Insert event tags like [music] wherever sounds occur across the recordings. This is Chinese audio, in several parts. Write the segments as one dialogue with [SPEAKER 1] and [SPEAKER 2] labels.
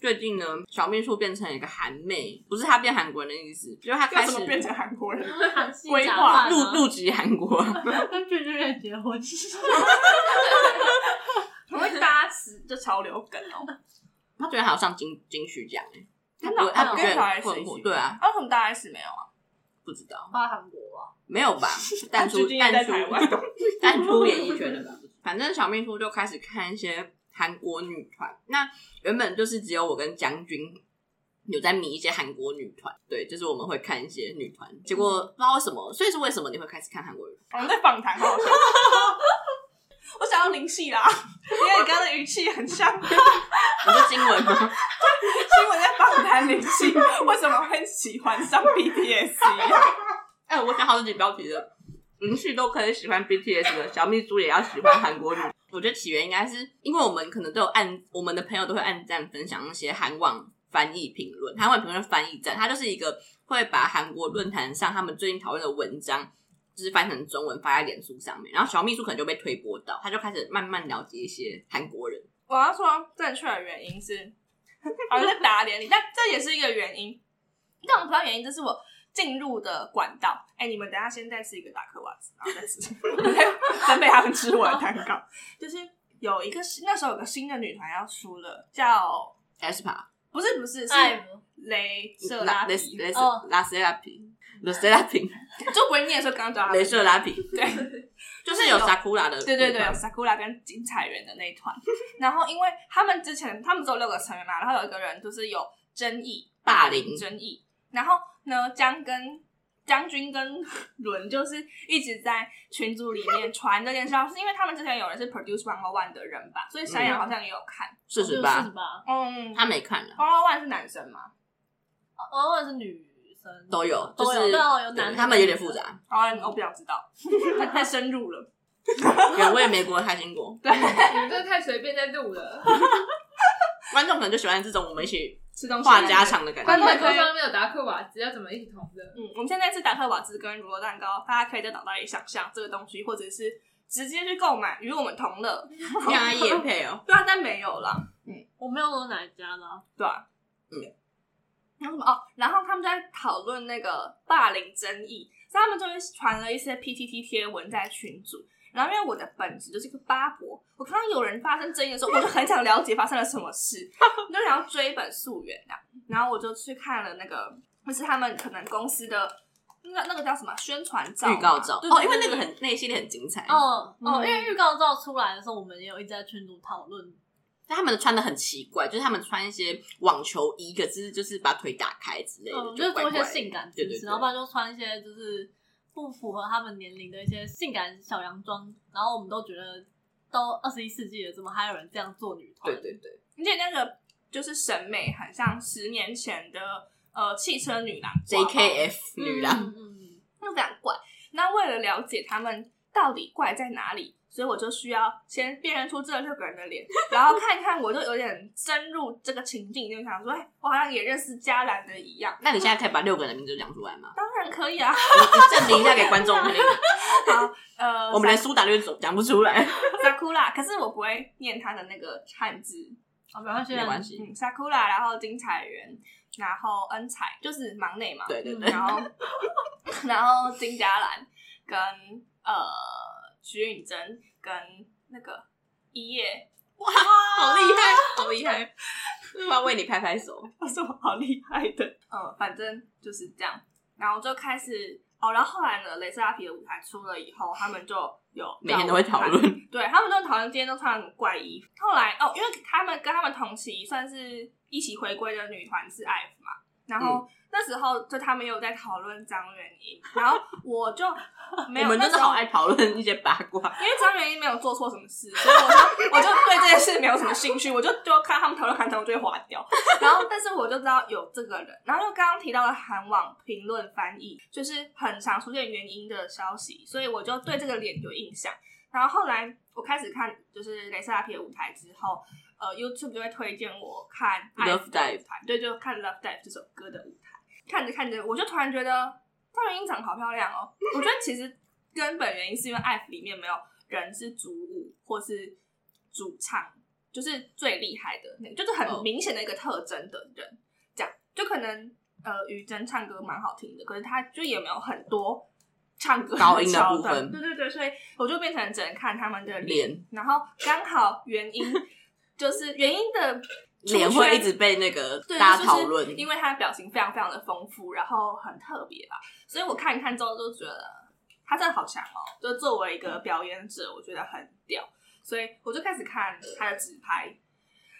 [SPEAKER 1] 最近呢，小秘书变成一个韩妹，不是她变韩国人的意思，就是她
[SPEAKER 2] [laughs] 要
[SPEAKER 1] 开
[SPEAKER 2] 怎
[SPEAKER 1] 始 [laughs]
[SPEAKER 2] 么变成韩国人？ [laughs]
[SPEAKER 3] 韩系
[SPEAKER 2] 规
[SPEAKER 3] 假啊
[SPEAKER 2] 划
[SPEAKER 3] 发
[SPEAKER 1] 入
[SPEAKER 3] 呢
[SPEAKER 1] 入籍韩
[SPEAKER 2] [laughs]
[SPEAKER 1] 国。
[SPEAKER 3] 跟俊俊也结婚，
[SPEAKER 2] 很会搭词，这潮流梗 [laughs] 哦。
[SPEAKER 1] 她昨天还有上金金曲奖哎，她
[SPEAKER 2] 真
[SPEAKER 1] 不会
[SPEAKER 2] 的哦，
[SPEAKER 1] 她不
[SPEAKER 2] 我
[SPEAKER 1] 觉得
[SPEAKER 2] 跟小
[SPEAKER 1] 很
[SPEAKER 2] S
[SPEAKER 1] 困
[SPEAKER 2] 一起
[SPEAKER 1] 惑，对啊，，
[SPEAKER 2] 啊，为什么大 S 没有 [laughs] 啊？
[SPEAKER 1] 不知道
[SPEAKER 3] 到韩国啊，
[SPEAKER 1] 没有
[SPEAKER 2] [laughs]
[SPEAKER 1] 吧？淡
[SPEAKER 2] 最
[SPEAKER 1] 出
[SPEAKER 2] 近
[SPEAKER 1] 淡
[SPEAKER 2] 在
[SPEAKER 1] 出
[SPEAKER 2] 台 [laughs] 湾哦
[SPEAKER 1] [laughs] 淡出演艺圈了吧？反正小秘书就开始看一些韩国女团，那原本就是只有我跟将军。有在迷一些韩国女团，对，就是我们会看一些女团，结果
[SPEAKER 2] 嗯
[SPEAKER 1] 不知道为什么，所以是为什么你会开始看韩国女团？
[SPEAKER 2] 我们在访谈，好好笑。 [laughs] 我想要灵气啦，因为你刚刚的语气很 [laughs] 像。
[SPEAKER 1] 你说新闻吗？
[SPEAKER 2] 所以我在访谈灵气，为什么会喜欢上 BTS 一样？
[SPEAKER 1] 哎、我想好自己标题的，林旭都可以喜欢 BTS 的，小秘书也要喜欢韩国女。我觉得起源应该是因为我们可能都有按我们的朋友都会按赞分享那些韩网翻译评论，韩网评论翻译站，它就是一个会把韩国论坛上他们最近讨论的文章。就是翻成中文发在脸书上面，然后小秘书可能就被推播到，他就开始慢慢了解一些韩国人。
[SPEAKER 2] 我要说正确的原因是， [laughs] 好像在打脸你，但这也是一个原因。但我不知道原因，这是我进入的管道。哎、你们等一下先再吃一个达克瓦兹，然后再吃，真被他们吃我的蛋糕。就是有一个新那时候有个新的女团要出了，叫
[SPEAKER 1] Aspa，
[SPEAKER 2] 不是不是是
[SPEAKER 3] 爱慕
[SPEAKER 2] 雷瑟拉
[SPEAKER 1] 雷
[SPEAKER 2] 皮，
[SPEAKER 1] 雷
[SPEAKER 3] 哦
[SPEAKER 1] 拉斯拉皮，雷斯拉皮，
[SPEAKER 2] 就不会念的时候刚刚叫他
[SPEAKER 1] 雷瑟拉皮，
[SPEAKER 2] 对。
[SPEAKER 1] 就是有 Sakura 的，
[SPEAKER 2] 对对对，有 Sakura 跟金彩媛的那一团。然后因为他们之前他们只有六个成员嘛，然后有一个人就是有争议、
[SPEAKER 1] 霸凌
[SPEAKER 2] 争议。然后呢，将跟将军跟伦就是一直在群组里面传这件事，是因为他们之前有人是 Produce One O One 的人吧，所以山
[SPEAKER 1] 嗯
[SPEAKER 2] 羊好像也有看。
[SPEAKER 1] 四十
[SPEAKER 3] 四十
[SPEAKER 1] 八，
[SPEAKER 3] 八，
[SPEAKER 2] 嗯
[SPEAKER 1] 他没看了。
[SPEAKER 2] ，One O One 是男生吗
[SPEAKER 3] 偶尔哦是女生
[SPEAKER 1] 都有，就
[SPEAKER 3] 都有
[SPEAKER 1] 是
[SPEAKER 3] 对哦有男
[SPEAKER 1] 对
[SPEAKER 3] 的
[SPEAKER 1] 他们有点复杂，
[SPEAKER 2] ？One O One 哦我不想知道， [laughs] 太太深入了。
[SPEAKER 1] 原味美国的开心
[SPEAKER 3] [laughs]
[SPEAKER 1] 果，
[SPEAKER 2] 对，
[SPEAKER 3] 你们这太随便在录了，
[SPEAKER 1] 观众可能就喜欢这种我们一起
[SPEAKER 2] 吃东西
[SPEAKER 1] 话家。常的感
[SPEAKER 2] 观
[SPEAKER 1] 觉。
[SPEAKER 2] 众也可以
[SPEAKER 3] 面有达克瓦兹，要怎么一起同乐？
[SPEAKER 2] 嗯，我们现在是达克瓦兹跟乳酪蛋糕，大家可以在脑袋里想象这个东西，或者是直接去购买，与我们同乐。
[SPEAKER 1] 你想要夜配
[SPEAKER 3] [laughs]
[SPEAKER 1] 哦，
[SPEAKER 2] 对啊，但没有啦，
[SPEAKER 3] 我没有说哪一家的啊，
[SPEAKER 2] 对啊，
[SPEAKER 1] 嗯，
[SPEAKER 2] 然后什么哦？然后他们在讨论那个霸凌争议，所以他们就是传了一些 PTT 贴文在群组。然后因为我的本质就是个八婆，我看到有人发生争议的时候，我就很想了解发生了什么事，我就想要追本溯源的、然后我就去看了那个，就是他们可能公司的那那个叫什么宣传照嘛、
[SPEAKER 1] 预告照
[SPEAKER 2] 对
[SPEAKER 1] 哦，
[SPEAKER 2] 对
[SPEAKER 1] 因为
[SPEAKER 2] 对
[SPEAKER 1] 那个很那一系列很精彩，
[SPEAKER 3] 哦
[SPEAKER 2] 嗯
[SPEAKER 3] 哦，因为预告照出来的时候，我们也有一直在群组讨论，
[SPEAKER 1] 但他们穿的很奇怪，就是他们穿一些网球衣，可是就是把腿打开之类的，
[SPEAKER 3] 嗯，就是
[SPEAKER 1] 怪
[SPEAKER 3] 做一
[SPEAKER 1] 怪
[SPEAKER 3] 些
[SPEAKER 1] 的
[SPEAKER 3] 性感
[SPEAKER 1] 对
[SPEAKER 3] 姿
[SPEAKER 1] 对
[SPEAKER 3] 势，
[SPEAKER 1] 对
[SPEAKER 3] 然后不然就穿一些就是不符合他们年龄的一些性感小洋装，然后我们都觉得都二十一世纪了，怎么还有人这样做女团？
[SPEAKER 1] 对对对，
[SPEAKER 2] 而且那个就是审美很像十年前的呃汽车女郎挂包
[SPEAKER 1] ，JKF 女郎，
[SPEAKER 3] 嗯，嗯嗯
[SPEAKER 2] 那非常怪。那为了了解他们到底怪在哪里，所以我就需要先辨认出这六个人的脸，然后看看我就有点深入这个情境，就想说，哎，我好像也认识嘉兰的一样。
[SPEAKER 1] 那你现在可以把六个人的名字讲出来吗？
[SPEAKER 2] 当然可以啊， [laughs]
[SPEAKER 1] 你你证明一下给观众听，
[SPEAKER 2] 呃，
[SPEAKER 1] 我们连苏打绿都讲不出
[SPEAKER 3] [laughs]
[SPEAKER 1] 来，
[SPEAKER 2] Sakura，可是我不会念他的那个汉字，
[SPEAKER 3] 好，哦没关系，啊
[SPEAKER 1] 没关。系，
[SPEAKER 2] 嗯，Sakura，然后金彩媛，然后恩彩就是忙内嘛，
[SPEAKER 1] 对对对，
[SPEAKER 2] 然后然后金嘉兰跟呃徐允珍跟那个一叶， [laughs]
[SPEAKER 1] 好厉害，好厉害，我要为你拍拍手。
[SPEAKER 2] 他是我好厉害的。嗯，反正就是这样。然后就开始哦，然后后来呢，雷瑟拉皮的舞台出了以后，他们就有
[SPEAKER 1] 每天都会讨论，
[SPEAKER 2] 对他们都讨论今天都穿很怪衣服。后来哦，因为他们跟他们同期算是一起回归的女团是 IVE 嘛，然后。
[SPEAKER 1] 嗯
[SPEAKER 2] 那时候就他们有在讨论张元英，然后我就没有，
[SPEAKER 1] 我们
[SPEAKER 2] 那
[SPEAKER 1] 真
[SPEAKER 2] 时
[SPEAKER 1] 的
[SPEAKER 2] 候
[SPEAKER 1] 好爱讨论一些八
[SPEAKER 2] [laughs]
[SPEAKER 1] 卦，
[SPEAKER 2] 因为张元英没有做错什么事，所以我就我就对这件事没有什么兴趣，我就就看他们讨论韩团，我就会划掉。然后，但是我就知道有这个人，然后又刚刚提到了韩网评论翻译，就是很常出现原因的消息，所以我就对这个脸有印象。然后后来我开始看就是雷瑟拉皮的舞台之后，呃，YouTube 就会推荐我看
[SPEAKER 1] Love
[SPEAKER 2] 的
[SPEAKER 1] Dive
[SPEAKER 2] 舞台，对，就看 Love Dive 这首歌的舞台。看着看着，我就突然觉得赵元英长得好漂亮哦。我觉得其实根本原因是因为 F 里面没有人是主舞或是主唱就是最厉害的那个，就是
[SPEAKER 1] 哦
[SPEAKER 2] 很明显的一个特征的人，这样就可能呃，于真唱歌蛮好听的，可是他就也没有很多唱歌
[SPEAKER 1] 高音的
[SPEAKER 2] 桥
[SPEAKER 1] 部
[SPEAKER 2] 段
[SPEAKER 1] 分
[SPEAKER 2] 对对对，所以我就变成只能看他们的脸，
[SPEAKER 1] 脸
[SPEAKER 2] 然后刚好原因 [laughs] 就是原因的出
[SPEAKER 1] 脸会
[SPEAKER 2] 圈
[SPEAKER 1] 一直被那个
[SPEAKER 2] 对，
[SPEAKER 1] 大家
[SPEAKER 2] 就是
[SPEAKER 1] 讨论，
[SPEAKER 2] 因为他的表情非常非常的丰富，然后很特别吧，所以我看一看之后就觉得他真的好强哦，就作为一个表演者，我觉得很屌，所以我就开始看他的纸牌，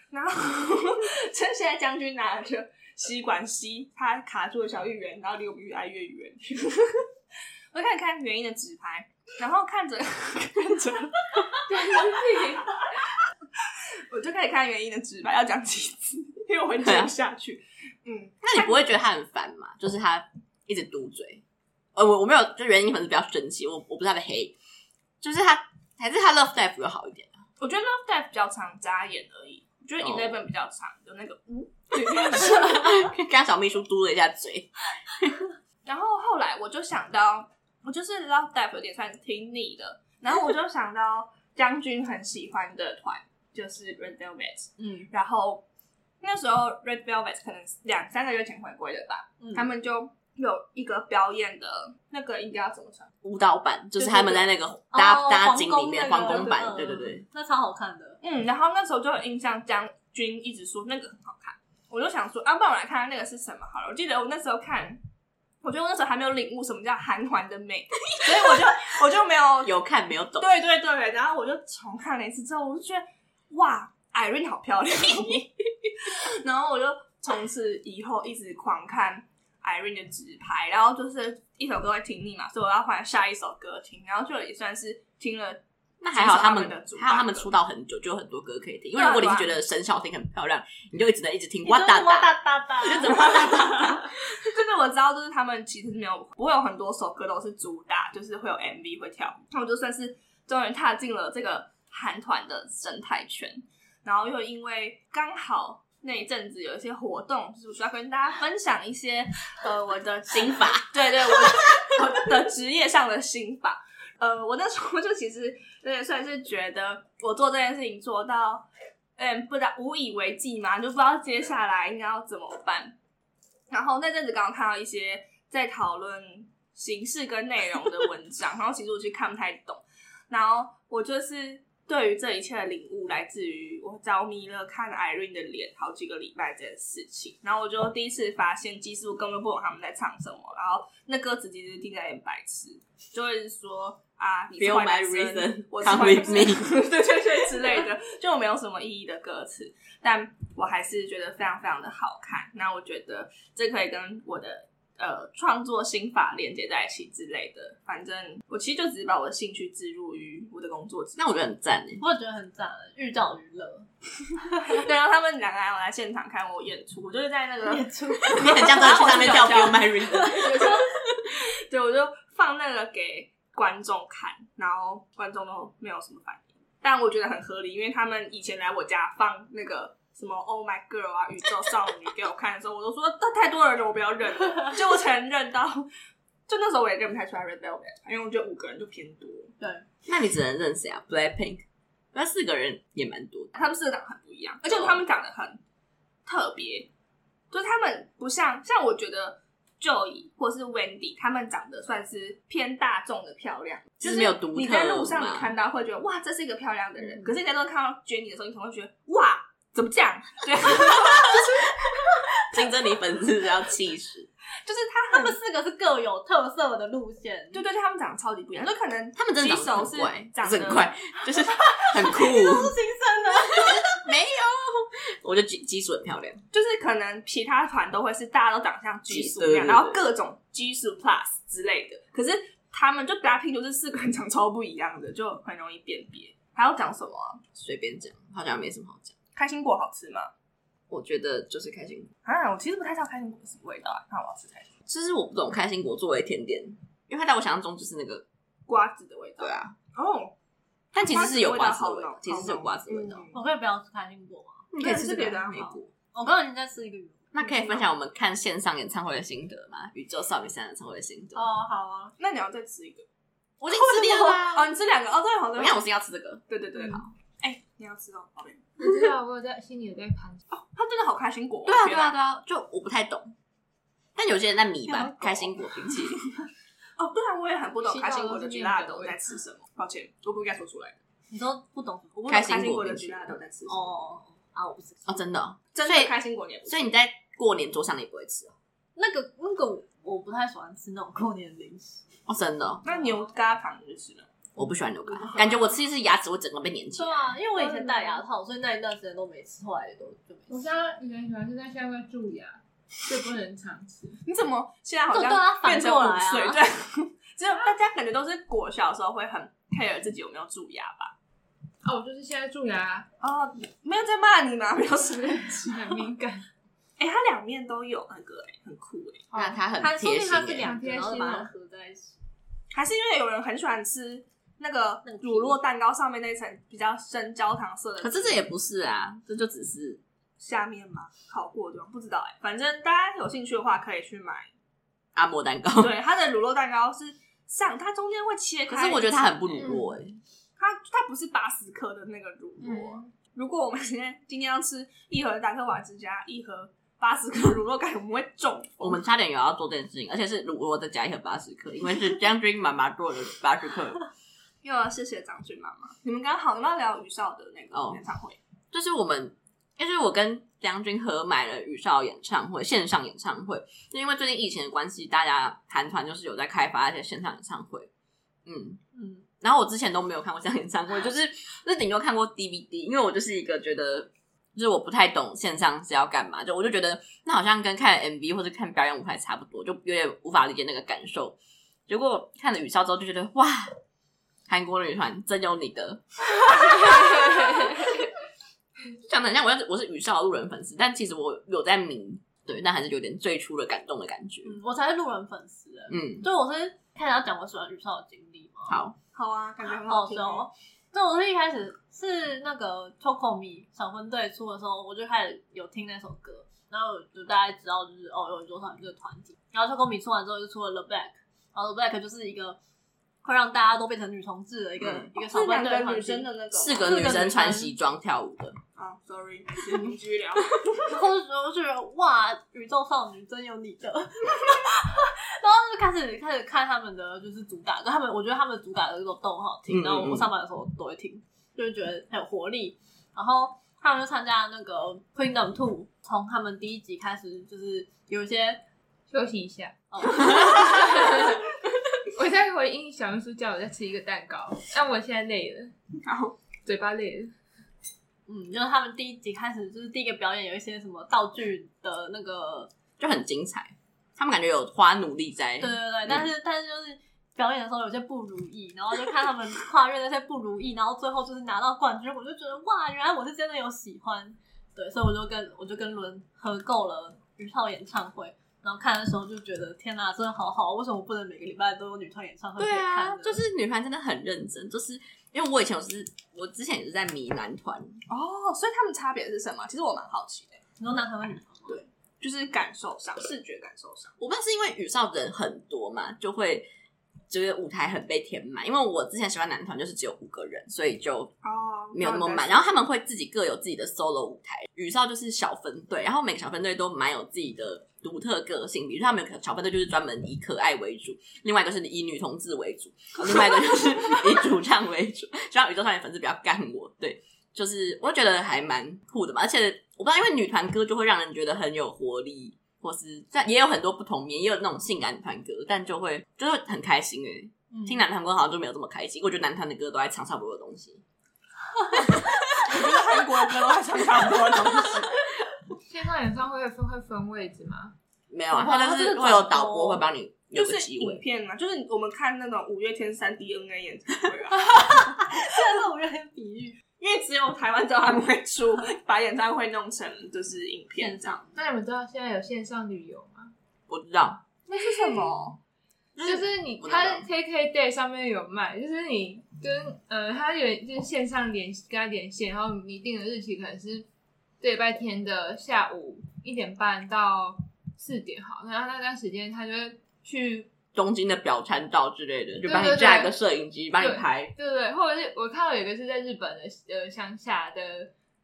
[SPEAKER 2] 然后趁现在将军拿着吸管吸他卡住的小芋圆，然后离我们越来越远，我就开始看原因的纸牌，然后看着看着。我就开始看原因的纸牌，要讲几次，因为我会接不下去。嗯，
[SPEAKER 1] 那你不会觉得他很烦吗？就是他一直嘟嘴，呃，我我没有，就原因可能是比较生气，我我不是他的黑，就是他还是他 Love Life 有好一点， [laughs]
[SPEAKER 2] 我觉得 Love Dive 比较常扎眼而已，我觉得
[SPEAKER 1] 哦
[SPEAKER 2] Eleven 比较长，有那个呜。
[SPEAKER 1] 刚刚小秘书嘟了一下嘴，
[SPEAKER 2] 然后后来我就想到，我就是 Love Dive 有点算挺你的，然后我就想到将军很喜欢的团就是 Red Velvet，
[SPEAKER 3] 嗯
[SPEAKER 2] 然后那时候 Red Velvet 可能两三个月前回归的吧，
[SPEAKER 3] 嗯，
[SPEAKER 2] 他们就有一个表演的那个应该要怎么说？
[SPEAKER 1] 舞蹈版就是他们在那个
[SPEAKER 3] 哦
[SPEAKER 1] 大家大家
[SPEAKER 3] 皇
[SPEAKER 1] 景
[SPEAKER 3] 宫
[SPEAKER 1] 里面
[SPEAKER 3] 那
[SPEAKER 1] 皇
[SPEAKER 3] 个
[SPEAKER 1] 宫版，
[SPEAKER 3] 嗯
[SPEAKER 1] 对对对，
[SPEAKER 3] 那超好看的。
[SPEAKER 2] 嗯，然后那时候就有印象将军一直说那个很好看，我就想说，啊，不然我来看看那个是什么好了。我记得我那时候看，我觉得我那时候还没有领悟什么叫韩团的美， [laughs] 所以我就我就没有
[SPEAKER 1] 有看没有懂，
[SPEAKER 2] 对对对，然后我就重看了一次之后，我就觉得哇，Irene 好漂亮，然后我就从此以后一直狂看 Irene 的直拍，然后就是一首歌会听腻嘛，所以我要换下一首歌听，然后就也算是听了。
[SPEAKER 1] 那还好他
[SPEAKER 2] 们
[SPEAKER 1] 们
[SPEAKER 2] 的主
[SPEAKER 1] 还好他们
[SPEAKER 2] 打歌
[SPEAKER 1] 出道很久，就有很多歌可以听，因
[SPEAKER 2] 对
[SPEAKER 1] 为如
[SPEAKER 2] 啊
[SPEAKER 1] 果你是
[SPEAKER 2] 对
[SPEAKER 1] 觉
[SPEAKER 2] 啊
[SPEAKER 1] 得沈小婷很漂亮，你就一直能一直听
[SPEAKER 3] 你
[SPEAKER 1] 哇
[SPEAKER 3] 就是
[SPEAKER 1] 哒
[SPEAKER 3] 哇
[SPEAKER 1] 哒，
[SPEAKER 3] 哒哒哒，
[SPEAKER 1] [laughs] 就只哇哒哒哒。
[SPEAKER 2] 这个我知道，就是他们其实没有，不会有很多首歌都是主打，就是会有 MV 会跳。那我就算是终于踏进了这个韩团的生态圈，然后又因为刚好那一阵子有一些活动，就是我需要跟大家分享一些呃我的心法，对对，我我的职业上的心法。呃，我那时候就其实有点算是觉得我做这件事情做到，嗯，不知道无以为继嘛，就不知道接下来应该要怎么办。然后那阵子刚刚看到一些在讨论形式跟内容的文章， [laughs] 然后其实我其实看不太懂，然后我就是对于这一切的领悟来自于我着迷了看 Irene 的脸好几个礼拜这件事情，然后我就第一次发现，其实我根本不懂他们在唱什么，然后那歌词其实听起来很白痴，就会说啊，你是
[SPEAKER 1] Feel
[SPEAKER 2] 坏
[SPEAKER 1] my
[SPEAKER 2] 男生
[SPEAKER 1] reason，
[SPEAKER 2] 我是
[SPEAKER 1] come
[SPEAKER 2] 坏男
[SPEAKER 1] with
[SPEAKER 2] 生
[SPEAKER 1] me
[SPEAKER 2] [laughs] 对对对之类的，就没有什么意义的歌词，但我还是觉得非常非常的好看。那我觉得这可以跟我的呃创作心法连接在一起之类的。反正我其实就只是把我的兴趣置入于我的工作之中。
[SPEAKER 1] 那我觉得很赞欸诶，
[SPEAKER 3] 我也觉得很赞，寓教于
[SPEAKER 1] [laughs]
[SPEAKER 3] 乐。
[SPEAKER 2] 对，然后他们两个来我来现场看我演出，我就是在那 [laughs] 个
[SPEAKER 3] 出
[SPEAKER 1] 你很像在去上面 [laughs] 跳 Feel My Reason。
[SPEAKER 2] 对，我就放那个给观众看，然后观众都没有什么反应，但我觉得很合理，因为他们以前来我家放那个。什么 Oh My Girl 啊，宇宙少女给我看的时候，我都说这太多人了，我不要认了。就我承认到，就那时候我也认不太出来 Red Velvet，因为我啊觉得五个人就偏多，
[SPEAKER 1] 那你只能认谁啊？Blackpink，那四个人也蛮多的。
[SPEAKER 2] 他们四个长得很不一样，而且他们长得很特别，就是他们不像像我觉得 Joey 或是 Wendy，他们长得算是偏大众的漂亮，
[SPEAKER 1] 就
[SPEAKER 2] 就是是
[SPEAKER 1] 没有独特嘛
[SPEAKER 2] 你在路上你看到会觉得哇，这是一个漂亮的人，
[SPEAKER 3] 嗯
[SPEAKER 2] 可是你在路上看到 Jenny 的时候，你可能会觉得哇，怎么
[SPEAKER 1] [laughs]
[SPEAKER 2] 这样？对，
[SPEAKER 1] 金珍妮粉丝是要气死，
[SPEAKER 2] 就是
[SPEAKER 3] 他
[SPEAKER 2] 他
[SPEAKER 3] 们
[SPEAKER 2] 很。
[SPEAKER 3] 四个是各有特色的路线，
[SPEAKER 2] 对对对，他们长得超级不一样，就可
[SPEAKER 1] [laughs]
[SPEAKER 2] 能
[SPEAKER 1] 他们真的
[SPEAKER 2] 举手
[SPEAKER 1] 长得
[SPEAKER 2] 是
[SPEAKER 1] 很怪，
[SPEAKER 2] 长
[SPEAKER 1] 不
[SPEAKER 2] 得
[SPEAKER 1] 是很怪， [laughs] 就是很酷。
[SPEAKER 3] 都是亲生的。
[SPEAKER 1] 没有，我觉得基基础很漂亮，
[SPEAKER 2] 就是可能其他团都会是大家都长得像 G 数一
[SPEAKER 1] 对对
[SPEAKER 2] 样，
[SPEAKER 1] 对
[SPEAKER 2] 然后各种 G 数 Plus 之类的，可是他们就 Blackpink 就是四个人长超不一样的，就很容易辨别。还要讲什么啊、
[SPEAKER 1] 随便讲，好像没什么好讲。
[SPEAKER 2] 开心果好吃吗？
[SPEAKER 1] 我觉得就是开心果，
[SPEAKER 2] 啊，我其实不太知道开心果是什么味道啊，那我要吃开心果
[SPEAKER 1] 其实我不懂开心果作为甜点，因为它在我想象中就是那个
[SPEAKER 2] 瓜子的味道。
[SPEAKER 1] 对啊，
[SPEAKER 2] 哦，
[SPEAKER 1] 但其实是有瓜子的
[SPEAKER 2] 味
[SPEAKER 1] 味
[SPEAKER 2] 道
[SPEAKER 1] 道，，其实是有瓜子的味道。
[SPEAKER 2] 嗯
[SPEAKER 3] 我可以不要吃开心果吗？
[SPEAKER 1] 你可以吃这
[SPEAKER 2] 对
[SPEAKER 1] 个
[SPEAKER 2] 是别的
[SPEAKER 1] 啊
[SPEAKER 2] 好
[SPEAKER 1] 莓果。
[SPEAKER 3] 我刚刚已经在吃一个鱼。
[SPEAKER 1] 那可以分享我们看线上演唱会的心得吗？宇宙少女三演唱会的心得。
[SPEAKER 3] 哦，好啊，
[SPEAKER 2] 那你要再吃一个？
[SPEAKER 1] 我已经吃掉
[SPEAKER 2] 哦，
[SPEAKER 1] 啦。
[SPEAKER 2] 你吃两个哦，对，好
[SPEAKER 1] 我
[SPEAKER 2] 的
[SPEAKER 1] 跟你。讲，我是要吃这个。
[SPEAKER 2] 对对对，好。哎、你要吃哦，宝贝，
[SPEAKER 4] 我知道，我有在心里有在盘算。
[SPEAKER 2] 它真的好开心果哦，
[SPEAKER 1] 对啊，
[SPEAKER 2] 天
[SPEAKER 1] 对啊，对啊，就我不太懂。但有些人在米吧，开心果冰淇淋，
[SPEAKER 2] 哦，对啊，我也很不懂
[SPEAKER 4] 西
[SPEAKER 2] 开心
[SPEAKER 4] 瓜
[SPEAKER 2] 果
[SPEAKER 4] 都
[SPEAKER 2] 的
[SPEAKER 4] 是
[SPEAKER 2] 橘
[SPEAKER 4] 面
[SPEAKER 2] 辣
[SPEAKER 4] 粉
[SPEAKER 2] 豆
[SPEAKER 4] 味
[SPEAKER 2] 在吃什么，抱歉，我不应该说出来的，
[SPEAKER 3] 你说不懂
[SPEAKER 2] 我不懂
[SPEAKER 1] 开
[SPEAKER 2] 开
[SPEAKER 1] 心
[SPEAKER 2] 心
[SPEAKER 1] 果
[SPEAKER 2] 果的
[SPEAKER 1] 冰淇
[SPEAKER 2] 橘
[SPEAKER 1] 淋
[SPEAKER 2] 辣豆在吃什么，
[SPEAKER 3] 哦啊，我不知道
[SPEAKER 1] 哦，真的哦、
[SPEAKER 2] 真
[SPEAKER 1] 所
[SPEAKER 2] 的
[SPEAKER 1] 以
[SPEAKER 2] 开心果你也不
[SPEAKER 1] 所以你在过年桌上你也不会吃哦，
[SPEAKER 3] 那个那个我我不太喜欢吃那种过年零食。
[SPEAKER 1] 哦真的哦、
[SPEAKER 2] 那牛轧糖你就吃了，
[SPEAKER 1] 我不喜欢牛肝，感觉我吃一次牙齿会整个被粘起
[SPEAKER 3] 对
[SPEAKER 1] 来。
[SPEAKER 3] 啊，因为我以前戴牙套，所以那一段时间都没吃，后来也都就没
[SPEAKER 4] 我
[SPEAKER 3] 吃。
[SPEAKER 4] 现在以前喜欢吃，但现在会蛀牙，所以不能常吃。
[SPEAKER 2] 你怎么现在好
[SPEAKER 3] 对对啊
[SPEAKER 2] 像
[SPEAKER 3] 反
[SPEAKER 2] 变成
[SPEAKER 3] 过来
[SPEAKER 2] 五
[SPEAKER 3] 啊
[SPEAKER 2] 岁？对， [laughs] 只有大家感觉都是国小的时候会很 care 自己有没有蛀牙吧？
[SPEAKER 4] 哦，我就是现在蛀牙啊
[SPEAKER 2] 哦，没有在骂你吗？没有什么。
[SPEAKER 4] 很敏感，
[SPEAKER 2] 哎、它两面都有那个、哎，很酷哎、
[SPEAKER 1] 那它很
[SPEAKER 3] 它说
[SPEAKER 1] 贴
[SPEAKER 3] 不
[SPEAKER 1] 心
[SPEAKER 3] 定它是
[SPEAKER 1] 欸、
[SPEAKER 3] 两个，然后把它
[SPEAKER 4] 很贴心啊
[SPEAKER 3] 合在一起。
[SPEAKER 2] 还是因为有人很喜欢吃那个
[SPEAKER 3] 那个皮
[SPEAKER 2] 乳酪蛋糕上面那一层比较深焦糖色的，
[SPEAKER 1] 可是这也不是啊，这就只是
[SPEAKER 2] 下面吗？烤过的地方不知道哎、反正大家有兴趣的话可以去买。
[SPEAKER 1] 阿嬷蛋糕。
[SPEAKER 2] 对，它的乳酪蛋糕是上，它中间会切开，
[SPEAKER 1] 哦可是我觉得它很不乳酪哎、
[SPEAKER 2] 它它不是巴斯克的那个乳酪。
[SPEAKER 4] 嗯，
[SPEAKER 2] 如果我们今天今天要吃一盒达克瓦之家，一盒巴斯克乳酪，感觉我们会中风。
[SPEAKER 1] 我们差点也要做这件事情，而且是乳酪再加一盒巴斯克，因为是将军妈妈做的巴斯克。 [laughs]
[SPEAKER 2] 又要谢谢张俊妈妈，你们刚好要聊于少的那
[SPEAKER 1] 哦
[SPEAKER 2] 个演唱会，
[SPEAKER 1] 就是我们，因为我跟梁军合买了宇少演唱会线上演唱会，就因为最近疫情的关系，大家韩团就是有在开发一些线上演唱会，嗯。
[SPEAKER 3] 嗯，
[SPEAKER 1] 然后我之前都没有看过这样演唱 [laughs] 会，就是就是顶多看过 DVD，因为我就是一个觉得，就是我不太懂线上是要干嘛，就我就觉得那好像跟看 MV 或者看表演舞台差不多，就有点无法理解那个感受。结果看了宇少之后就觉得哇，韩国女团真有你的， [laughs] 讲的很像我要是我是宇少的路人粉丝，但其实我有在迷，对，但还是有点最初的感动的感觉。
[SPEAKER 3] 嗯我才是路人粉丝欸。
[SPEAKER 1] 嗯，
[SPEAKER 3] 就我是看他讲我喜欢宇少的经历嘛。
[SPEAKER 1] 好，
[SPEAKER 2] 好啊，感觉很好
[SPEAKER 3] 哦，
[SPEAKER 2] 听
[SPEAKER 3] 是
[SPEAKER 2] 欸。
[SPEAKER 3] 哦。那我是一开始是那个 Tokomi 小分队出的时候，我就开始有听那首歌，然后我就大概知道就是哦有多少这个团体。然后 Tokomi 出完之后就出了 The Black，然后 The Black 就是一个会让大家都变成女同志的一个、
[SPEAKER 1] 嗯
[SPEAKER 3] 一个小
[SPEAKER 2] 哦是
[SPEAKER 3] 分
[SPEAKER 2] 两
[SPEAKER 3] 队团
[SPEAKER 2] 个
[SPEAKER 3] 体
[SPEAKER 2] 女生的那个
[SPEAKER 1] 四
[SPEAKER 2] 吗
[SPEAKER 1] 个女生穿西装跳舞的，
[SPEAKER 2] 啊，sorry，你继续聊。 [laughs]
[SPEAKER 3] 然后就觉得哇，宇宙少女真有你的， [laughs] 然后就开始开始看他们的就是主打歌，他们我觉得他们的主打歌都都很好
[SPEAKER 1] 嗯
[SPEAKER 3] 听，
[SPEAKER 1] 嗯
[SPEAKER 3] 然后
[SPEAKER 1] 嗯
[SPEAKER 3] 我上班的时候都会听，就是觉得很有活力。然后他们就参加那个 Kingdom Two，从他们第一集开始就是有一些
[SPEAKER 4] 休息一下。 [laughs]
[SPEAKER 3] 哦，
[SPEAKER 4] 我在回应小秘书叫我再吃一个蛋糕，但我现在累了，
[SPEAKER 2] 然后
[SPEAKER 4] 嘴巴累了。
[SPEAKER 3] [laughs] 嗯，就是他们第一集开始就是第一个表演有一些什么道具的那个
[SPEAKER 1] 就很精彩。他们感觉有花努力在，
[SPEAKER 3] 对 [laughs] 啊对对，但是、但是就是表演的时候有些不如意，然后就看他
[SPEAKER 1] [laughs]
[SPEAKER 3] 们跨越那些不如意，然后最后就是拿到冠军，我就觉得哇，原来我是真的有喜欢，对，所以我就跟我就跟伦合购了女少演唱会。然后看的时候就觉得天哪，真的好好，为什么不能每个礼拜都有女团演唱会可以
[SPEAKER 1] 对啊
[SPEAKER 3] 看，呢？
[SPEAKER 1] 就是女团真的很认真，就是因为我以前我是我之前也是在迷男团，
[SPEAKER 2] 哦，所以他们差别是什么？其实我蛮好奇的，
[SPEAKER 3] 你说男团和女团吗？
[SPEAKER 2] 就是感受上，视觉感受上。
[SPEAKER 1] 我不知道是因为宇少人很多嘛，就会觉得舞台很被填满。因为我之前喜欢男团就是只有五个人，所以就
[SPEAKER 2] 哦
[SPEAKER 1] 没有那么满。然后他们会自己各有自己的 solo 舞台，宇少就是小分队，然后每个小分队都蛮有自己的独特个性。比如说他们有个小分队就是专门以可爱为主，另外一个是以女同志为主，另外一个就是以主唱为主。希望宇宙少年粉丝不要干我，对，就是我觉得还蛮酷的嘛。而且我不知道，因为女团歌就会让人觉得很有活力。或是，但也有很多不同面，也有那种性感女团歌，但就会就是很开心诶、欸
[SPEAKER 3] 嗯
[SPEAKER 1] 听男团歌好像就没有这么开心。我觉得男团的歌都在唱差不多的东西。
[SPEAKER 2] 我觉得 [laughs] 韩国歌都还唱差不多的东西。
[SPEAKER 4] 线上演唱会会会分位置吗？
[SPEAKER 1] 没有啊，
[SPEAKER 3] 哇
[SPEAKER 1] 他就是
[SPEAKER 3] 这个
[SPEAKER 1] 会有
[SPEAKER 3] 导
[SPEAKER 1] 导
[SPEAKER 3] 播
[SPEAKER 1] 播会帮你有
[SPEAKER 2] 就
[SPEAKER 1] 个
[SPEAKER 2] 是
[SPEAKER 1] 机
[SPEAKER 2] 影
[SPEAKER 1] 位，
[SPEAKER 2] 片嘛，就是我们看那种五月天三 DNA 演唱会啊，
[SPEAKER 3] 但是我有点比喻，
[SPEAKER 2] 因为只有台湾知道他们会出，把演唱会弄成就是影片这
[SPEAKER 3] 啊
[SPEAKER 2] 样。
[SPEAKER 4] 那你们知道现在有线上旅游吗？
[SPEAKER 1] 我知道，
[SPEAKER 2] 那是什么？
[SPEAKER 4] 就是你，
[SPEAKER 1] 我知道
[SPEAKER 4] 它 KK Day 上面有卖，就是你跟呃，它有就是线上连跟他连线，然后你定的日期可能是这礼拜天的下午一点半到四点，好，然后那段时间他就会去
[SPEAKER 1] 东京的表参道之类的，就帮
[SPEAKER 4] 对
[SPEAKER 1] 你
[SPEAKER 4] 对
[SPEAKER 1] 架
[SPEAKER 4] 对
[SPEAKER 1] 一个摄影机帮你
[SPEAKER 4] 对
[SPEAKER 1] 拍。
[SPEAKER 4] 对对，或者是我看到有一个是在日本的呃乡下的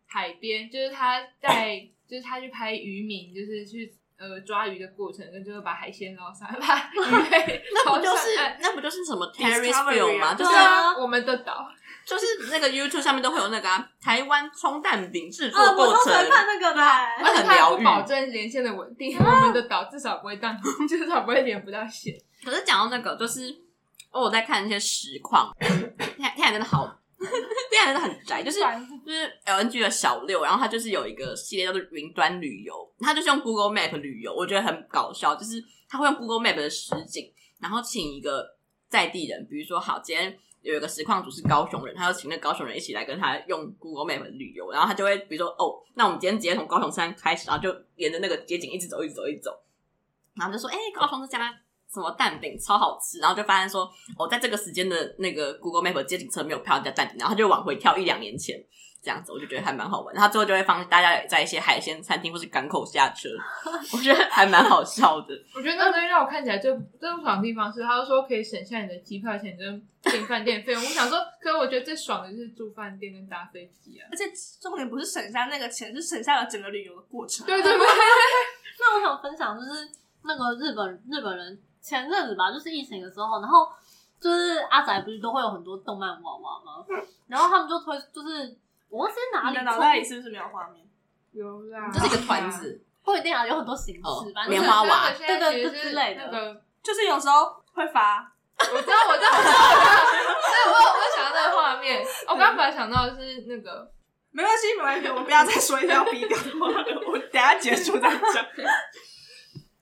[SPEAKER 4] 海边，就是他在就是他去拍渔民，就是去呃抓鱼的过程，跟最后把海鲜捞上来，把鱼类
[SPEAKER 1] 那不
[SPEAKER 4] 捞
[SPEAKER 1] 就
[SPEAKER 4] 上
[SPEAKER 1] 是
[SPEAKER 4] 岸。
[SPEAKER 1] 那不就是什么
[SPEAKER 2] Discovery
[SPEAKER 1] Terrace
[SPEAKER 2] 啊
[SPEAKER 1] Film 吗？就
[SPEAKER 4] 对
[SPEAKER 1] 是
[SPEAKER 4] 啊，我们的岛，
[SPEAKER 1] 就是那个 YouTube 上面都会有那个、啊、台湾葱蛋饼制作
[SPEAKER 3] 啊，我
[SPEAKER 1] 过
[SPEAKER 3] 超喜
[SPEAKER 1] 程，
[SPEAKER 3] 欢看那个的欸，
[SPEAKER 1] 那很
[SPEAKER 4] 它也
[SPEAKER 1] 疗
[SPEAKER 4] 不
[SPEAKER 1] 愈。啊
[SPEAKER 4] 保证连线的稳定，我们的岛至少不会断， [laughs] 至少不会连不到线。
[SPEAKER 1] 可是讲到那个，就是哦我在看一些实况， [laughs] 天天海真的好， [laughs] 天海真的很宅，就是嗯就是 LNG 的小六，然后他就是有一个系列叫做云端旅游，他就是用 Google Map 旅游，我觉得很搞笑，就是他会用 Google Map 的实景，然后请一个在地人，比如说好，今天有一个实况组是高雄人，他就请那高雄人一起来跟他用 Google Map 旅游，然后他就会比如说哦，那我们今天直接从高雄山开始，然后就沿着那个街景一直走，一直走，一直走，然后就说哎、高雄这家。什么蛋饼超好吃，然后就发现说，哦，在这个时间的那个 Google Map 街景车没有票人家蛋饼，然后他就往回跳一两年前，这样子，我就觉得还蛮好玩。然后最后就会放大家在一些海鲜餐厅或是港口下车，我觉得还蛮好笑的。
[SPEAKER 4] 我觉得那个东西让我看起来最最不爽的地方是，他说可以省下你的机票钱跟订饭店费用。我想说，可是我觉得最爽的就是住饭店跟搭飞机啊。
[SPEAKER 2] 而且重点不是省下那个钱，是省下了整个旅游的过程。
[SPEAKER 4] 对对对，
[SPEAKER 3] 那我想分享就是那个日本日本人前阵子吧，就是疫情的时候，然后就是阿仔不是都会有很多动漫娃娃吗？然后他们就推就是我忘记是
[SPEAKER 2] 嗯
[SPEAKER 3] 哪
[SPEAKER 2] 你
[SPEAKER 3] 里
[SPEAKER 2] 的
[SPEAKER 3] 出，
[SPEAKER 2] 脑袋里是不是没有画面？
[SPEAKER 4] [laughs] 有啦，
[SPEAKER 1] 这是一个团
[SPEAKER 4] [laughs]
[SPEAKER 1] 子，
[SPEAKER 3] 不一定啊，有很多形
[SPEAKER 1] 哦
[SPEAKER 3] 式，反正
[SPEAKER 4] 不是
[SPEAKER 1] 棉花娃
[SPEAKER 4] 那个现在其实
[SPEAKER 3] 对
[SPEAKER 4] 是
[SPEAKER 3] 对对之类的
[SPEAKER 4] 那个
[SPEAKER 2] 就是有时候会发，
[SPEAKER 4] 我知道，我知道，我知道，我我我想到那个画面。我刚刚本来想到的是那个，
[SPEAKER 2] 没关系，没关系，我们不要再说一定要逼掉的话了，我等一下结束再讲。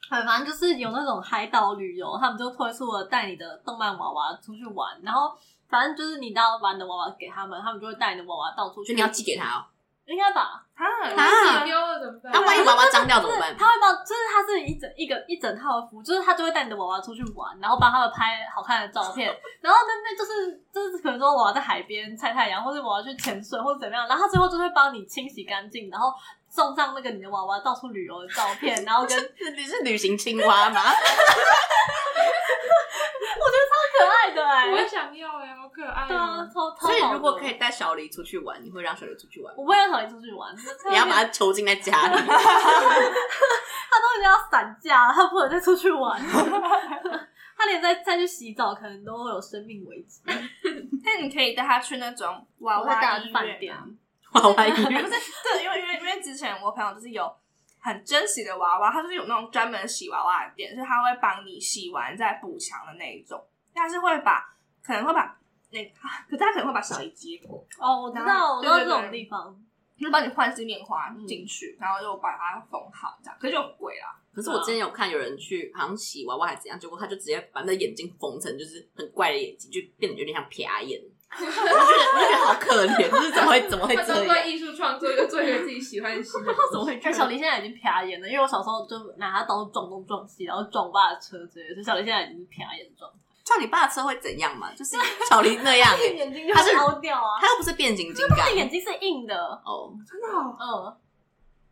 [SPEAKER 3] 很反正就是有那种海岛旅游，他们就推出了带你的动漫娃娃出去玩，然后反正就是你到把你的娃娃给他们，他们就会带你的娃娃到处
[SPEAKER 1] 所
[SPEAKER 3] 去。
[SPEAKER 1] 以你要寄给他哦。
[SPEAKER 3] 应该吧？
[SPEAKER 2] 啊
[SPEAKER 4] 自己丢了怎么办？
[SPEAKER 1] 那万一娃娃脏掉怎么办？
[SPEAKER 3] 他会帮，就是他是一整一个一整套的服务，就是他就会带你的娃娃出去玩，然后帮他们拍好看的照片，然后那边就是就是可能说娃娃在海边晒太阳，或者娃娃去潜水或者怎么样，然后他最后就会帮你清洗干净，然后送上那个你的娃娃到处旅游的照片，然
[SPEAKER 1] [laughs]
[SPEAKER 3] 后跟
[SPEAKER 1] 你是旅行青蛙 [laughs] 吗？
[SPEAKER 3] 可爱的哎、
[SPEAKER 4] 我会想要哎，好可爱哦。
[SPEAKER 3] 对啊，超
[SPEAKER 1] 欸
[SPEAKER 3] 超
[SPEAKER 1] 所以
[SPEAKER 3] 好的
[SPEAKER 1] 如果可以，带小黎出去玩，你会让小黎出去玩吗？
[SPEAKER 3] 我不会让小林出去玩，
[SPEAKER 1] 你要把他囚禁在家里， [laughs]
[SPEAKER 3] 他都已经要散架了，他不能再出去玩了 [laughs] 他连再再去洗澡，可能都会有生命危机。
[SPEAKER 2] 那你可以带他去那种娃
[SPEAKER 3] 我会带
[SPEAKER 2] 娃
[SPEAKER 3] 他
[SPEAKER 2] 医
[SPEAKER 3] 去
[SPEAKER 2] 院
[SPEAKER 3] 饭店
[SPEAKER 2] 啊，
[SPEAKER 1] 娃娃医
[SPEAKER 2] 不
[SPEAKER 1] 院
[SPEAKER 2] 是，对，因为因为因为之前我朋友就是有很珍惜的娃娃，他就是有那种专门洗娃娃的店，就是他会帮你洗完再补强的那一种，但是会把可能会把那个，啊可是他可能会把小姨接过，
[SPEAKER 3] 哦，我知道，我知道这种地方。
[SPEAKER 2] 就是帮你换新棉花进去，然后就把它缝好这样， [laughs] 可是就很贵啦。
[SPEAKER 1] 可是我之前有看有人去好像洗娃娃还是怎样，结果他就直接把那眼睛缝成就是很怪的眼睛，就变得有点像撇眼。 [laughs] 我就觉得我就觉得好可怜，就是怎么会怎么会
[SPEAKER 4] 他
[SPEAKER 1] 这
[SPEAKER 4] 都
[SPEAKER 1] 样
[SPEAKER 4] 怪？艺术创作，又做一个自己喜欢的事。
[SPEAKER 1] 怎么会这
[SPEAKER 3] 但小
[SPEAKER 1] 样？
[SPEAKER 3] 林现在已经撇眼了，因为我小时候就拿他刀撞东撞西，然后撞我爸的车之类的，所以小林现在已经是撇眼状态，
[SPEAKER 1] 像你爸的车会怎样嘛？就是小黎那样、 [laughs] 欸，
[SPEAKER 3] 眼睛就
[SPEAKER 1] 他是
[SPEAKER 3] 凹掉啊，
[SPEAKER 1] 他又不是变形金
[SPEAKER 3] 他
[SPEAKER 1] 刚
[SPEAKER 3] 的眼睛是硬的，
[SPEAKER 1] 哦，
[SPEAKER 2] 真的、哦，
[SPEAKER 3] 嗯，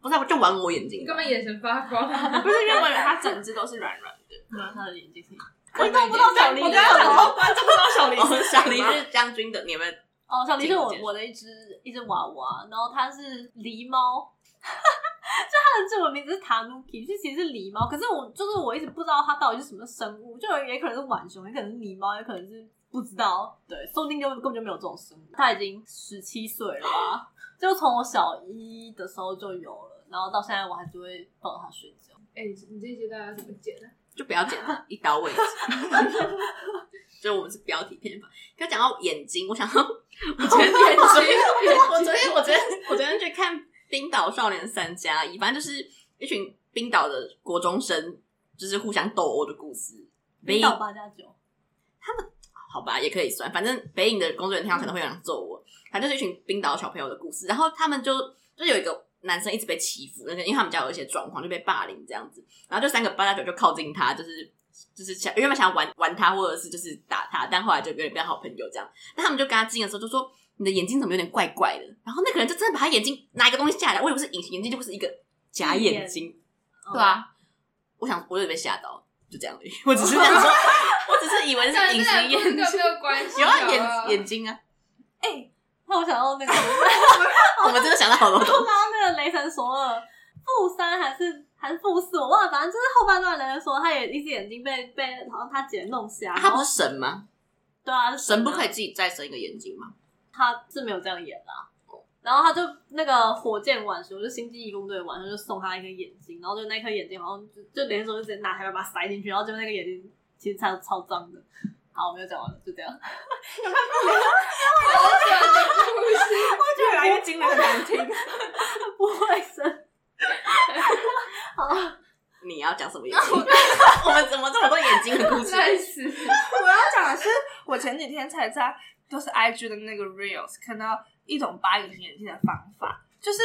[SPEAKER 1] 不是，他就玩我眼睛 [laughs]
[SPEAKER 4] [laughs] 你
[SPEAKER 1] 吧
[SPEAKER 4] 干嘛眼神发光？
[SPEAKER 2] 不是因为我以为它整只都是软软的。
[SPEAKER 3] 他的眼睛是硬的。
[SPEAKER 4] 我弄不到小林
[SPEAKER 2] 我
[SPEAKER 3] 啊
[SPEAKER 2] 刚刚想说，观众不知道小林
[SPEAKER 1] 哦，
[SPEAKER 2] 是
[SPEAKER 1] 小黎
[SPEAKER 2] 林
[SPEAKER 1] 是将军的，你们
[SPEAKER 3] 哦，小林是
[SPEAKER 1] 这个
[SPEAKER 3] 我
[SPEAKER 1] 我接受
[SPEAKER 3] 我的一只一只娃娃，然后它是狸猫， [laughs] 就它的中文名字是 Tanuki，这其实是狸猫，可是我就是我一直不知道它到底是什么生物，就有也可能是浣熊，也可能是狸猫，也可能是不知道，对，说不定就根本就没有这种生物。它已经十七岁了吧，就从我小一的时候就有了，然后到现在我还是会抱着它睡觉。
[SPEAKER 4] 哎，你这些大家怎么剪啊？
[SPEAKER 1] 就不要剪了，一刀 [laughs] 未剪。所以我们是标题偏方。刚讲到眼睛，我想到我昨天， [laughs] 我昨天，我昨天，我昨天，我昨天去看《冰岛少年三加一》，反正就是一群冰岛的国中生，就是互相斗殴的故事。北
[SPEAKER 3] 冰
[SPEAKER 1] 影
[SPEAKER 3] 岛八加九，
[SPEAKER 1] 好吧，也可以算，反正北影的工作人员听到可能会有人揍我。反正就是一群冰岛小朋友的故事，然后他们就就有一个男生一直被欺负，那个因为他们家有一些状况就被霸凌这样子，然后就三个八加九就靠近他，就是就是想原本想要玩玩他或者是就是打他，但后来就有点变好朋友这样。但他们就跟他近的时候就说你的眼睛怎么有点怪怪的，然后那个人就真的把他眼睛拿一个东西下来，我以为是隐形眼镜，就不是一个假眼睛，
[SPEAKER 3] 嗯
[SPEAKER 4] [laughs]
[SPEAKER 1] 对啊，我想我有点被吓到，就这样而已。我只是想说，我只是以为是
[SPEAKER 4] 但
[SPEAKER 1] 隐
[SPEAKER 4] 这
[SPEAKER 1] 形
[SPEAKER 4] 两个
[SPEAKER 1] 眼
[SPEAKER 4] 没
[SPEAKER 1] 镜，
[SPEAKER 4] 有关系
[SPEAKER 1] 有
[SPEAKER 4] 好
[SPEAKER 1] 啊
[SPEAKER 4] 不好，
[SPEAKER 1] 眼
[SPEAKER 4] [laughs]
[SPEAKER 1] 眼睛
[SPEAKER 2] [laughs]
[SPEAKER 1] 啊，
[SPEAKER 2] 哎、
[SPEAKER 3] 那我想到那个， [laughs]
[SPEAKER 1] 我们真的想到好多
[SPEAKER 2] [laughs]
[SPEAKER 3] 我
[SPEAKER 1] 东
[SPEAKER 3] 想到啊那个雷神索尔负三还是还是负四，我忘了，反正就是后半段雷神索尔他也一只眼睛被被好像他姐弄瞎，
[SPEAKER 1] 西。
[SPEAKER 3] 然
[SPEAKER 1] 啊他
[SPEAKER 3] 后
[SPEAKER 1] 不是神吗？
[SPEAKER 3] 对啊，
[SPEAKER 1] 神不
[SPEAKER 3] 以。
[SPEAKER 1] 可以自己再生一个眼睛吗？
[SPEAKER 3] 他是没有这样演啦、啊然后他就那个火箭浣熊，就星际义工队浣熊，就送他一颗眼睛，然后就那颗眼睛好像就就连手就直接拿海绵把它塞进去，然后结果那个眼睛其实超超脏的。好，我没有讲完了，就这样。
[SPEAKER 2] 越来越惊人很难听。
[SPEAKER 3] 不会生，
[SPEAKER 1] 你要讲什么眼
[SPEAKER 2] [laughs]
[SPEAKER 1] 睛？我们怎么这么多眼睛的故事？
[SPEAKER 4] 烂死。
[SPEAKER 2] [laughs] 我要讲的是，我前几天才在就是 IG 的那个 Reels 看到一种拔隐形眼镜的方法，就是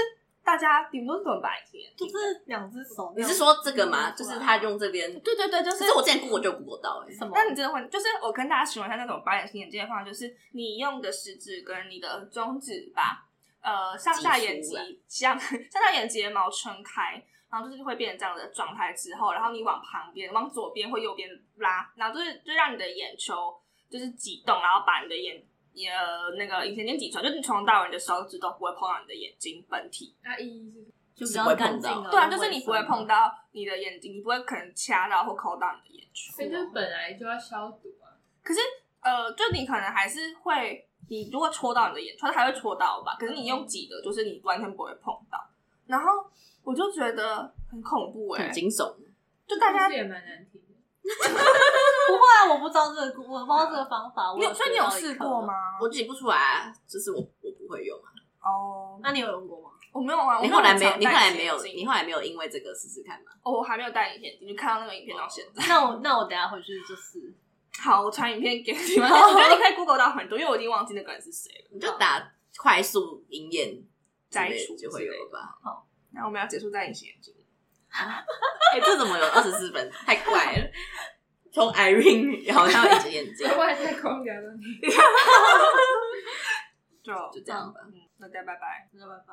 [SPEAKER 2] 大家顶多是怎么拔隐形眼镜？
[SPEAKER 3] 就是两只手。
[SPEAKER 1] 你是说这个
[SPEAKER 2] 嗯
[SPEAKER 1] 吗？就是他用这边，
[SPEAKER 2] 对对对，就
[SPEAKER 1] 可
[SPEAKER 2] 是
[SPEAKER 1] 是我之前 Google 就 Google 到哎，
[SPEAKER 3] 什么？
[SPEAKER 2] 那你真的会，就是我跟大家形容一下那种拔眼型眼镜的方法，就是你用的食指跟你的中指把呃上下眼
[SPEAKER 1] 挤出来
[SPEAKER 2] 睫上 [laughs] 上下眼睫毛撑开，然后就是会变成这样的状态之后，然后你往旁边、往左边或右边拉，然后就是就让你的眼球就是挤动，然后把你的眼呃那个隐形眼镜挤出来，就是你从头到尾你的手指都不会碰到你的眼睛本体，
[SPEAKER 4] 那意义是什么？
[SPEAKER 3] 就比较干净
[SPEAKER 1] 不会碰到
[SPEAKER 3] 了。
[SPEAKER 2] 对啊，就是你不会碰
[SPEAKER 3] 到。
[SPEAKER 2] 到你的眼睛，你不会可能掐到或抠到你的眼球。
[SPEAKER 4] 所以就是本来就要消毒啊。
[SPEAKER 2] 可是呃，就你可能还是会，你如果戳到你的眼球，它还会戳到吧？可是你
[SPEAKER 1] 嗯
[SPEAKER 2] 用挤的，就是你完全不会碰到。然后我就觉得很恐怖哎、
[SPEAKER 1] 很惊悚。
[SPEAKER 2] 就大家
[SPEAKER 4] 故事也蛮难听的。
[SPEAKER 3] [laughs] 不会啊，我不知道这个，我不知道这个方法。
[SPEAKER 2] 你有，所以你有试过吗？？
[SPEAKER 1] 我挤不出来啊，就是我我不会用啊。
[SPEAKER 2] 哦，
[SPEAKER 3] 那你有用过吗？
[SPEAKER 2] 我没有啊。我
[SPEAKER 1] 你后来没有，
[SPEAKER 2] 常
[SPEAKER 1] 你后
[SPEAKER 2] 戴
[SPEAKER 1] 来
[SPEAKER 2] 隐
[SPEAKER 1] 没
[SPEAKER 2] 形
[SPEAKER 1] 有，
[SPEAKER 2] 眼
[SPEAKER 1] 你
[SPEAKER 2] 镜
[SPEAKER 1] 后来没有因为这个试试看吗？
[SPEAKER 2] 哦，我还没有戴隐形眼镜，就看到那个影片到现在。
[SPEAKER 3] 那我那我等一下回去就试。
[SPEAKER 2] 好，我传影片给你
[SPEAKER 1] [laughs]
[SPEAKER 2] 们。我觉得你可以 Google 到很多，因为我已经忘记那个人是谁了。
[SPEAKER 1] 你就
[SPEAKER 2] 嗯
[SPEAKER 1] 打快速银眼之类的
[SPEAKER 2] 摘除
[SPEAKER 1] 就会有了吧？
[SPEAKER 2] 那我们要结束戴隐形眼镜。
[SPEAKER 1] 哎、这怎么有二十四
[SPEAKER 2] [laughs]
[SPEAKER 1] 分？太怪了。 [laughs] 从 Irene 好像一只眼
[SPEAKER 2] [laughs]
[SPEAKER 1] 睛，
[SPEAKER 4] 外太空聊到你，
[SPEAKER 2] 就
[SPEAKER 1] 就这样吧。
[SPEAKER 2] 嗯，那大家拜拜。
[SPEAKER 3] 那拜拜。